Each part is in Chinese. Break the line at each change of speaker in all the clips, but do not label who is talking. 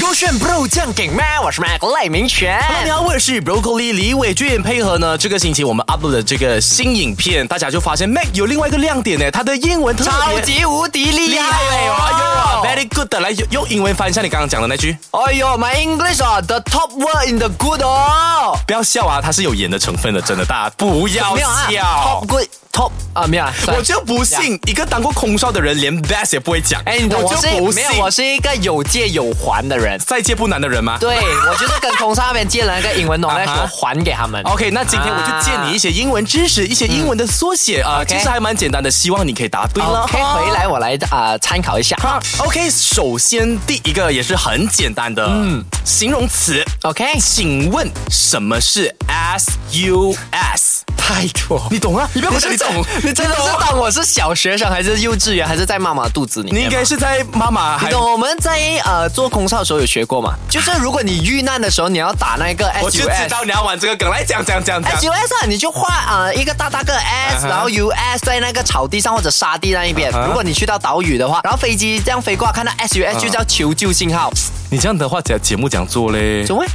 勾选 Bro 酱给麦，我是 Mac 赖明全。
大家好，我是 Broccoli 李伟俊。配合呢，这个星期我们 upload 的这个新影片，大家就发现 Mac 有另外一个亮点呢，他的英文特别
哦
超级无敌厉
厉害
害
哦！哎呦啊
哦！
，very good 的，来用用英文翻一下你刚刚讲的那句，
哎呦，My English 啊，the top word in the good 哦。
不要笑啊，它是有演的成分的，真的，大家不要
没有啊
笑
，top。good top 啊，没有啊。
我就不信一个当过空少的人连 best 也不会讲，
哎，你懂
我
我
就是不
没
信
有，。我是一个有借有还的人。
在借不难的人吗？
对，我就是跟同事那边借了那个英文 knowledge，
啊哈
我还给他们。
OK，那今天我就借你一些英文知识，一些英文的缩写啊，
OK
其实还蛮简单的，希望你可以答对了。
OK，回来我来啊参考一下。
好，OK，首先第一个也是很简单的，嗯，形容词。
OK，
请问什么是 S U S？
太多。
你懂啊？你不要
你
我说
是
你
懂
懂，，啊
你真的是当我是小学生，还是幼稚园，还是在妈妈肚子里面吗？
你应该是在妈妈
你
还
懂我们在呃做空少的时候有学过嘛？就是如果你遇难的时候，你要打那个 S
我就
U
知
S。
道你要玩这个梗，来讲讲讲讲。
S U S 啊，你就画啊、呃一个大大个 S，、
嗯哼
然后 U S 在那个草地上或者沙地那一边。
嗯哼
如果你去到岛屿的话，然后飞机这样飞过来，看到 S U S 就叫求救信号。
你这样的话，节节目讲做嘞
怎么会？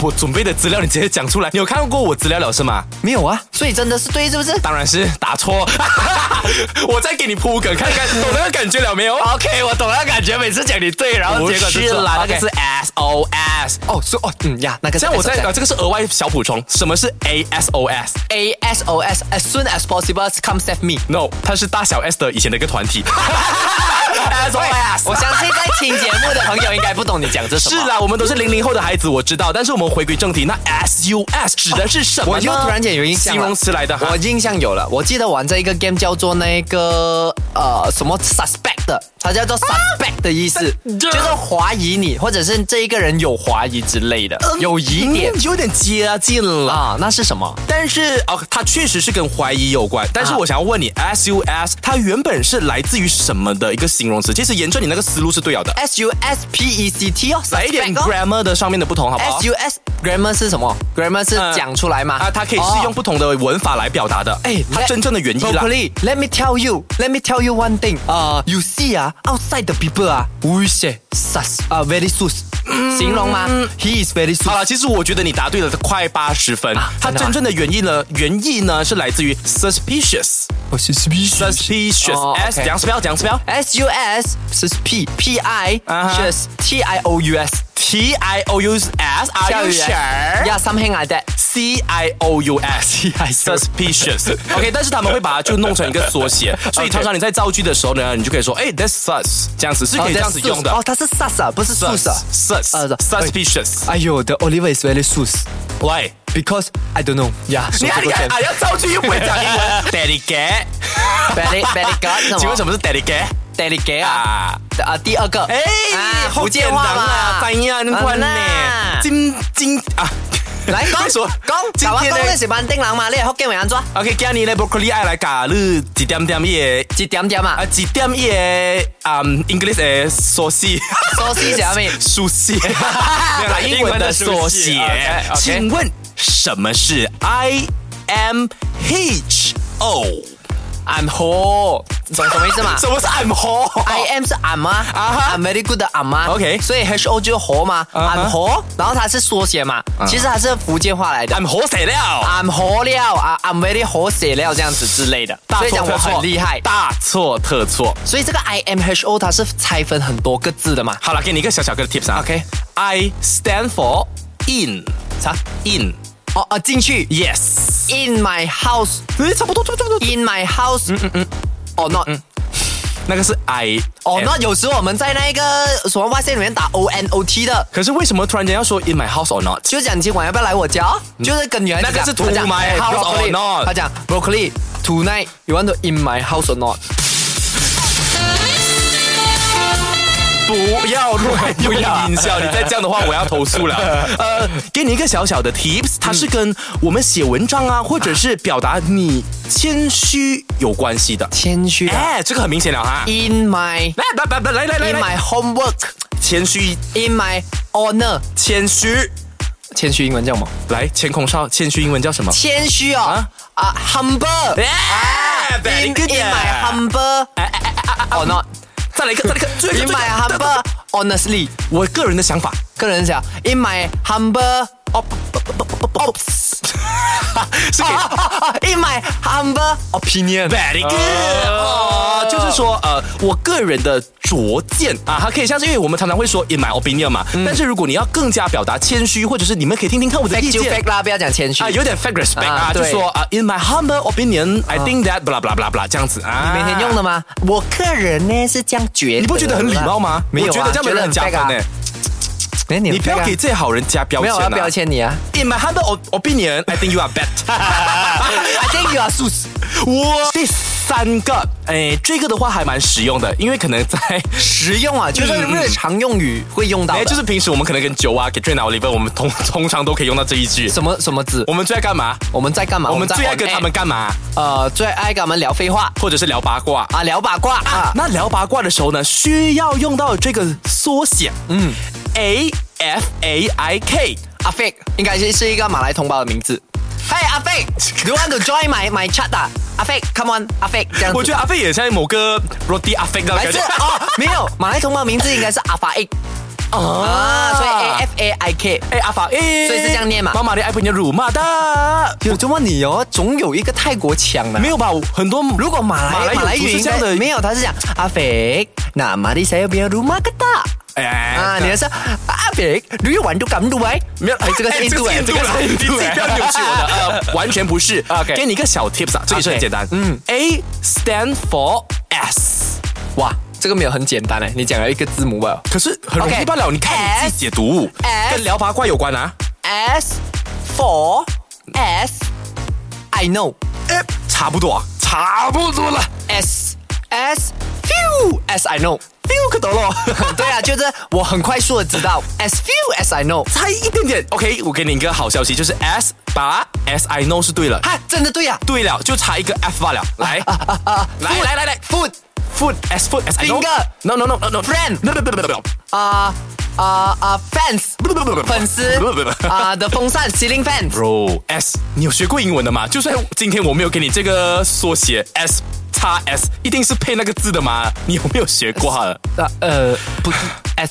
我准备的资料你直接讲出来。你有看过我资料了是吗？
没有啊，所以真的是对是不是
当然是打错。 我再给你铺梗看看，懂那个感觉了没有？
？OK，我懂了，感觉每次讲你对，然
不是啦，那个是 S O S。
哦，是哦，嗯呀，那个是
像我在
SOS
啊，这个是额外小补充，什么是 A S O S？
A S O S as soon as possible come save me。
No，它是大小 S 的以前的一个 团体。S O
喂
S。
哎我相信在听节目的朋友应该不懂你讲这 什
是
么。
啦，我们都是零零后的孩子，我知道。但是我们回归正题，那 S U S 指的是什么
我
呢？
又突然间有印象了
形容词来的哈
我。印象有了，我记得玩这一个 game 叫做那个呃什么 suspect 的，它叫做
啊
suspect 的意思，就是怀疑你，或者是这一个人有怀疑之类的，有疑点
嗯有点接近了。
啊，那是什么？
但是哦，它确实是跟怀疑有关。但是
啊
我想要问你，S U S 它原本是来自于什么的一个形容词？其实沿着你那个思路是对了的，
S U S P E C T 哦，
来一点
suspect 哦
grammar 的上面的不同，好不好
S？U S grammar 是什么？grammar 是
嗯
讲出来吗？哦
啊，它可以是用不同的文法来表达的。哎，它真正的原意啦。
Broccoli，let me tell you，let me tell you one thing。啊，you see 啊，outside the people 啊，we say sus 嗯啊，very sus，形容吗？He is very
好
sus。
了，其实我觉得你答对了快八十分。它
真的啊
真正的原意呢，原意呢是来自于 suspicious，suspicious，s
我是 sus。哦，OK
怎样 spell 怎样 spell？
S U S 是 P P I
啊哈
是 T I O U S。
T I O U S Are you sure？
Yeah, something like that.
C I O U S suspicious。OK，但是他们会把它就弄成一个缩写，所以
OK
常常你在造句的时候呢，你就可以说，哎，that's sus，这样子是可以这样子用的。
哦，它是 sus 啊，不是 sus 啊。呃
sus
对
suspicious。
哎呦，the Oliver is very sus
Why？
because I don't know. Yeah，
你看，你看，啊，要造句又不会讲 英文。Delegate，
Very very good。
请问什么是 delegate？
？Delegate 啊。
啊？
啊，第二个，
哎，
福建话
啊
嘛，，
怎样关呢
嗯？呐
今今啊，
来讲
你说
讲，
今
台湾
天
讲你
呢
是班丁人嘛，你的福建话安怎？
？OK，今日呢，broccoli 爱来教你几点点嘢。
一点点嘛
啊，，几点伊的啊、嗯 English 的缩写，
所是啥物？
缩 写，没有啦英文的缩写
OK，OK。
请问什么是 I M H O？
俺好，懂什么意思 嘛
什么是 I'm
？I
ho？
am 是俺吗？
哦啊哈
俺 very good 的俺吗
OK
所以 H O 就是活嘛，
啊哈啊
俺活，然后它是缩写嘛，其实它是福建话来的。
I'm ho 谁料？
俺活了啊，俺 very 活写了这样子之类的，所以讲我很厉害。
大错特错。
所以这个 I M H O 它是拆分很多个字的嘛？
好了，给你一个小小个 tips 啊。
OK
I stand for in
啥？
in
哦哦，进去
yes。
，In my house。
诶，差不多，差不多，差不多。
in my house，嗯嗯嗯，or not，
那个是 I
or
am
not，有时候我们在那个什么外线里面打 O N O T 的，
可是为什么突然间要说 in my house or not？
就讲今晚要不要来我家，就是跟女孩子
那个
讲，
是 to
他讲
my house or
broccoli，
not
他讲 broccoli tonight you want to in my house or not？
不要乱用音效，你再这样的话，我要投 诉了。呃，给你一个小小的 tips，它是跟我们写文章啊，或者是表达你谦虚有关系的。
谦虚啊
哎，这个很明显了哈。
，in my
来来来来来来
in
来，
my homework，in
谦虚
my honor，
谦虚
谦虚英文叫什么？
来，千空少谦虚英文叫什么？
谦虚啊啊，humble。
Yeah, Ah， very
In
good,
in my
yeah.
humble or not？
再来一个，再来一个，最后一个
In
最后
my
一个
humble honestly，
我个人的想法，
个人想，In my humble op ops。
是给
啊啊
ah,
啊！In my humble opinion，
Very good，、哦，就是说，呃，我个人的拙见啊，它可以像是因为我们常常会说 in my opinion 嘛，
嗯
但是如果你要更加表达谦虚，或者是你们可以听听看我的意
就 f a
见
k 啦，不要讲谦虚。
啊，有点 fact respect 啊，
啊
就
对啊
说啊 in my humble opinion，I think that blah blah blah blah 这样子啊，
每天用的。吗？我个人呢是这样觉得啦，
你不觉得很礼貌吗？
没有啊，
我觉得这样没人很加分呢、
哎，你
欸你不要给这些好人加标
没
签、
有
啊，
我要标。签你 啊
In my humble op- opinion，I think you are bad 。
！I think you are sus。
我第三个，哎，这个的话还蛮实用的，因为可能在
实用啊，就是
嗯嗯
日常用语会用到
哎，
的，
就是平时我们可能跟 Joe 啊、给 Trina、Oliver，我们通 通常都可以用到这一句。
什么什么字
我，们最爱干嘛？
我们在干嘛？
我们
在
最爱
on
跟
air
他们干嘛？
呃最爱跟他们聊废话
或者是聊八卦。
啊，聊八卦啊。
那聊八卦的时候呢，需要用到这个缩写，嗯，A 嗯 F A I K。
阿飞应该是是一个马来同胞的名字。Hey 阿飞，Do you want to join my my chat 啊？阿飞，Come on，阿飞这样子。
我觉得阿飞也像某个 Roti 阿飞的
来
感
自
觉。啊
哦，没有，马来同胞名字应该是阿法 A
哦
啊，所以 A F A I K。
哎阿法哎，
所以是这样念嘛
妈妈的爱朋友辱骂的，
有这么你哦，总有一个泰国腔的
没。有吧？很多
如果马来
马来有族是
应
这
该
样的，
没有，他是讲阿肥，那马来西亚比较鲁马个大
哎
啊，你的是阿肥，旅游玩都敢入来，没有，哎，这个是印度哎，
这
这
个
个
是
是
印
印
度
度
人，
哎
不要扭 曲我的，呃，完全不是。
OK
给你一个小 tips 啊，这也是很
OK
简单。嗯，A stand for S，
哇，这个没有很简单哎，你讲了一个字母吧
可是很容易
OK
罢了。你看你自己解读，
S
跟聊八卦有关啊。
，S for S I know
哎，差不多啊，差不多了。
S S few S I know。
六个得 了，
对啊，就是我很快速的知道 as few as I know。
差一点点。OK，我给你一个好消息，就是 S 把 S I know 是对了。
哈，真的对啊
对了，就差一个 F 罢了。来，来来来来
，food
，food S food S I know。
Finger
No no no no no
Friend
No no no no no no
啊啊啊 fans
no no no no
粉丝
No no no no
啊的风扇 ceiling fans。
Bro S，你有学过英文的吗？就算今天我没有给你这个缩写 S 叉 S，一定是配那个字的嘛？你有没有学过啊
呃呃不是 as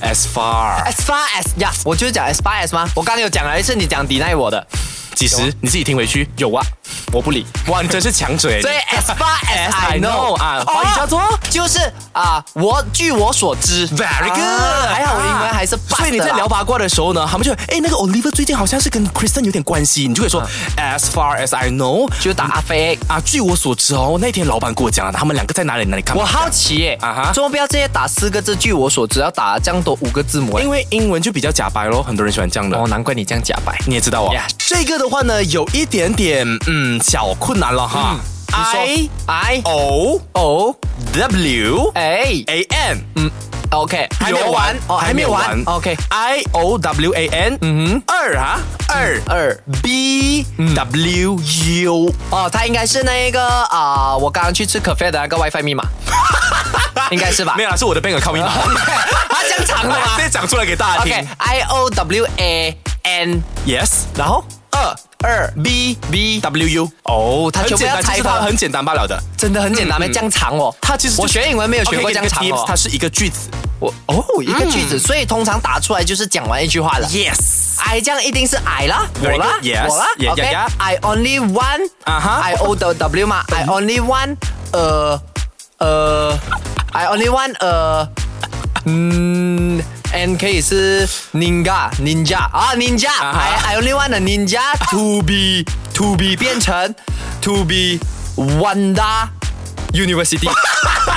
？S far，
as far as 呀，我就是讲 as far as 吗？我刚刚有讲了一次，你讲 deny 我的，
几时你自己听回去？有啊，我不理。哇，你真是强嘴。
所以 as far as
I
I
know
know
啊
啊，
华语叫做
就是啊，我据我所知
Very good，、
啊还好我英文还是 pass
所以你
的
在
啦
聊八卦的时候呢，他们就哎那个 Oliver 最近好像是跟 Kristen 有点关系，你就可以说、As far as I know，
啊就打阿飞。
啊，据我所知哦，那天老板跟我讲了，他们两个在哪里哪里看。
我好奇耶，
啊哈
怎么不要直接打四个字？据我所知，要打这样多五个字母耶。
因为英文就比较假白咯，很多人喜欢这样的。
哦，难怪你这样假白。
你也知道啊、
Yeah
这个的话呢，有一点点嗯小困难了
嗯
哈。I
啊 I
O
O
W
A
A N，
嗯，OK，还没有完哦，还没有完，OK，
I O W A N，嗯哼，二啊二
二
B W U，
哦，它应该是那个啊，我刚刚去吃可啡的那个 WiFi 密码，应该是吧
没？有啦，是我的 bank account 密码。
它这样长的
来
吗
直接讲出来给大家听。
？OK，I O W A N，
Yes，
然后二二 B B
W U，
哦，它
很
全部
简
要
单，其
裁
实它
缝，
很简单罢了的。
真的很简单没？这样长哦，
它其实就
我学英文没有学
OK，
过这样长
给你个 tips，
哦
它。是一个句子。
我哦，一个句子，所以通常打出来就是讲完一句话了。
嗯 Yes。
I 这样一定是 I 啦，我
Very
啦
good, yes,
我啦
yeah,
，OK。
yeah, yeah.
I only one，
啊哈
i O W 嘛，I only one，呃呃，I only one，呃，嗯，and 可以是 ninja ninja 啊
啊哈
ninja，I I only one 的 ninja to be to be 变成 to be Wanda University。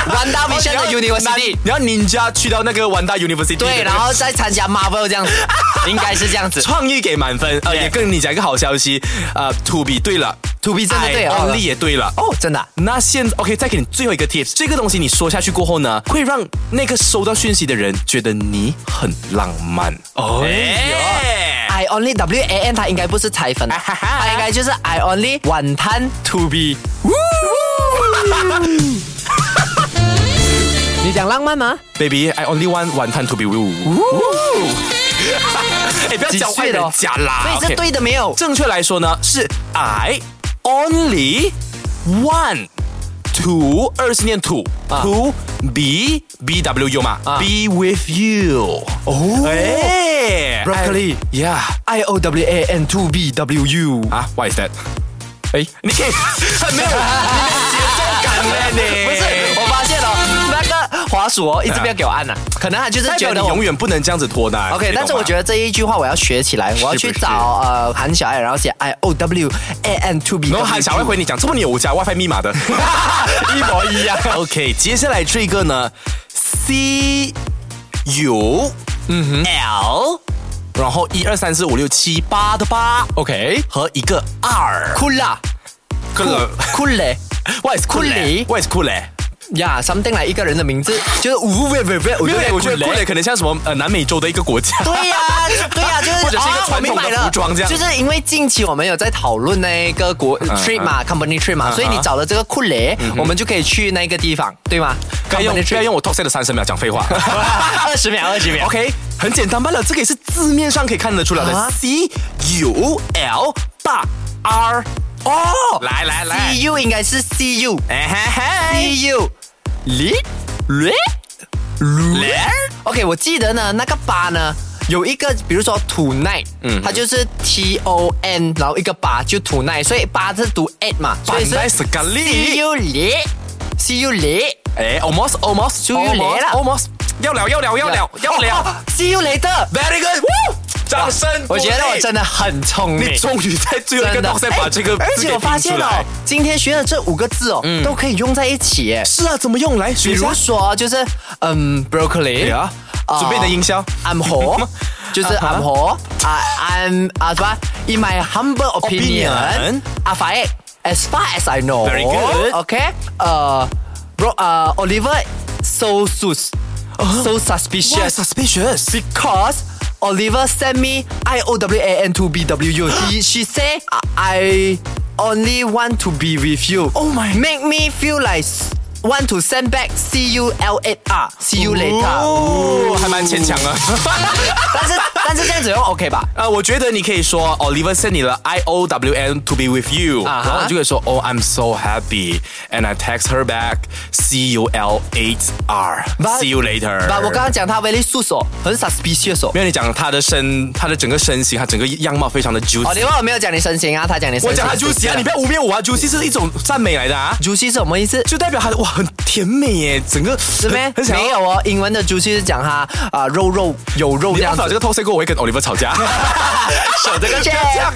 Wanda Vision
哦
的 University，
你要 Ninja 去到那个完大 University，的那
对，
个
然后再参加 Marvel 这样子， 应该是这样子。
创意给满分。呃，也跟你讲一个好消息，呃，To B 对了
To be 真的对
I
哦
only 也对了。
哦，真的啊、
那现在 OK，再给你最后一个 tips，这个东西你说下去过后呢，会让那个收到讯息的人觉得你很浪漫。
哎
哦，
I only W A N，它应该不是拆分，啊
哈哈
它应该就是 I only 晚餐。
To B，
你讲浪漫吗？
Baby，I only want one time to be with you。哎，不要教坏人
几岁
家啦。
所以
啊
这
OK
对的没有。
正确来说呢是 I only one to 二是念 to、
啊
to be b w u 嘛、
啊
be with you
哦
哎
Broccoli
yeah
I O W A N two B W U
啊 what is that
哎，
你可以 很没有你没有节奏感嘞你
不是，我发现了那个滑鼠哦，一直不要给我按呐、可能他就是
啊代
觉
表你
得我
永。远不能这样子拖的
OK，但是我觉
得
得这一句话我要学起来，我要
是
去
不是
找呃韩小爱，然后写 I O W A N two B，
然后还想会回你讲，这不你有加 WiFi 密码 的，一模一样。OK，接下来这个呢，C U 嗯哼 L，然后一二三四五六七八的八
OK，
和一个 R，
酷啦，
酷
酷嘞，
，What is
酷嘞
？What is 酷嘞？
呀，something 来一个人的名字就是呜喂喂喂，我
因
觉
为
得
我觉得酷
嘞
嘞可能像什么呃南美洲的一个 国家。
对呀、对呀、就是
或者是一个
啊
传统的
我明白了
服装这样
就是因为近期我们有在讨论那个国 trip 嘛、c o m p a n y trip 嘛，所以你找了这个酷雷、我们就可以去那个地方，对吗？
不要用
company
不
trip
要用我 talk 的三十秒讲废 话。
二十秒，二十秒。
OK，很简单罢了，这个也是字面上可以看得出来的
啊。
C U L 大 R，
哦
来来来
c，U 应该是 C U
哎嘿嘿
C U
，li li li，
OK，我记得呢，那个八呢有一个，比如说 tonight，嗯，它就是 T O N，然后一个八就 tonight，所以八是读 eight 嘛，所以是
Pandai sekali
C U 雷，C U 雷。
哎，almost almost
终于来了
almost，要了要了要了要了
哦，See you later。
，very good，woo，掌声！
我觉得我真
的，
的很聪明
你。终于在最后一个
真的
talk 再把这个
哎而且我发现
了
哦，，今天学的这五个字哦，都可以用在一起耶。
是啊，怎么用来
比
嗯学一下
如？说，就是嗯
哎
，broccoli
呀，准备你的音效。
I'm whole，就是 I'm whole，啊，I'm 啊什么？In my humble
Opinion
opinion，啊法耶，as far as I
Very good
know，OK，呃，bro，呃，Oliver so sus so
Why
suspicious。
suspicious？
because Oliver sent me I O W A N to B W U. He, she said I only want to be with you.
Oh my-
Make me feel like s- want to send back C U L A R. See you later.
哦，还蛮牵强的。
但是但是这样子用 OK 吧？
啊，我觉得你可以说 Oliver sent 你了 I O W N to be with you，、
啊哈
然后你就可以说 Oh I'm so happy and I text her back C U L 8 R
But-
see you later。
把我刚刚讲他 very sus 哦，很 suspicious 哦。
没有你讲他的身，他的整个身形，他整个样貌非常的 juicy。
哦，另外我没有讲你身形啊，他讲你身形。
我讲他 juicy 啊，你不要污蔑我啊，juicy 是一种赞美来的啊，
juicy 是什么意思？
就代表他哇很甜美耶，整个
是
是
咩
很？想
没
要。
有哦，英文的 juicy 是讲他啊、肉肉有肉
你
这
要
样子
把这。个偷 C 过，我会跟 Oliver 吵架。
守这个
不要这样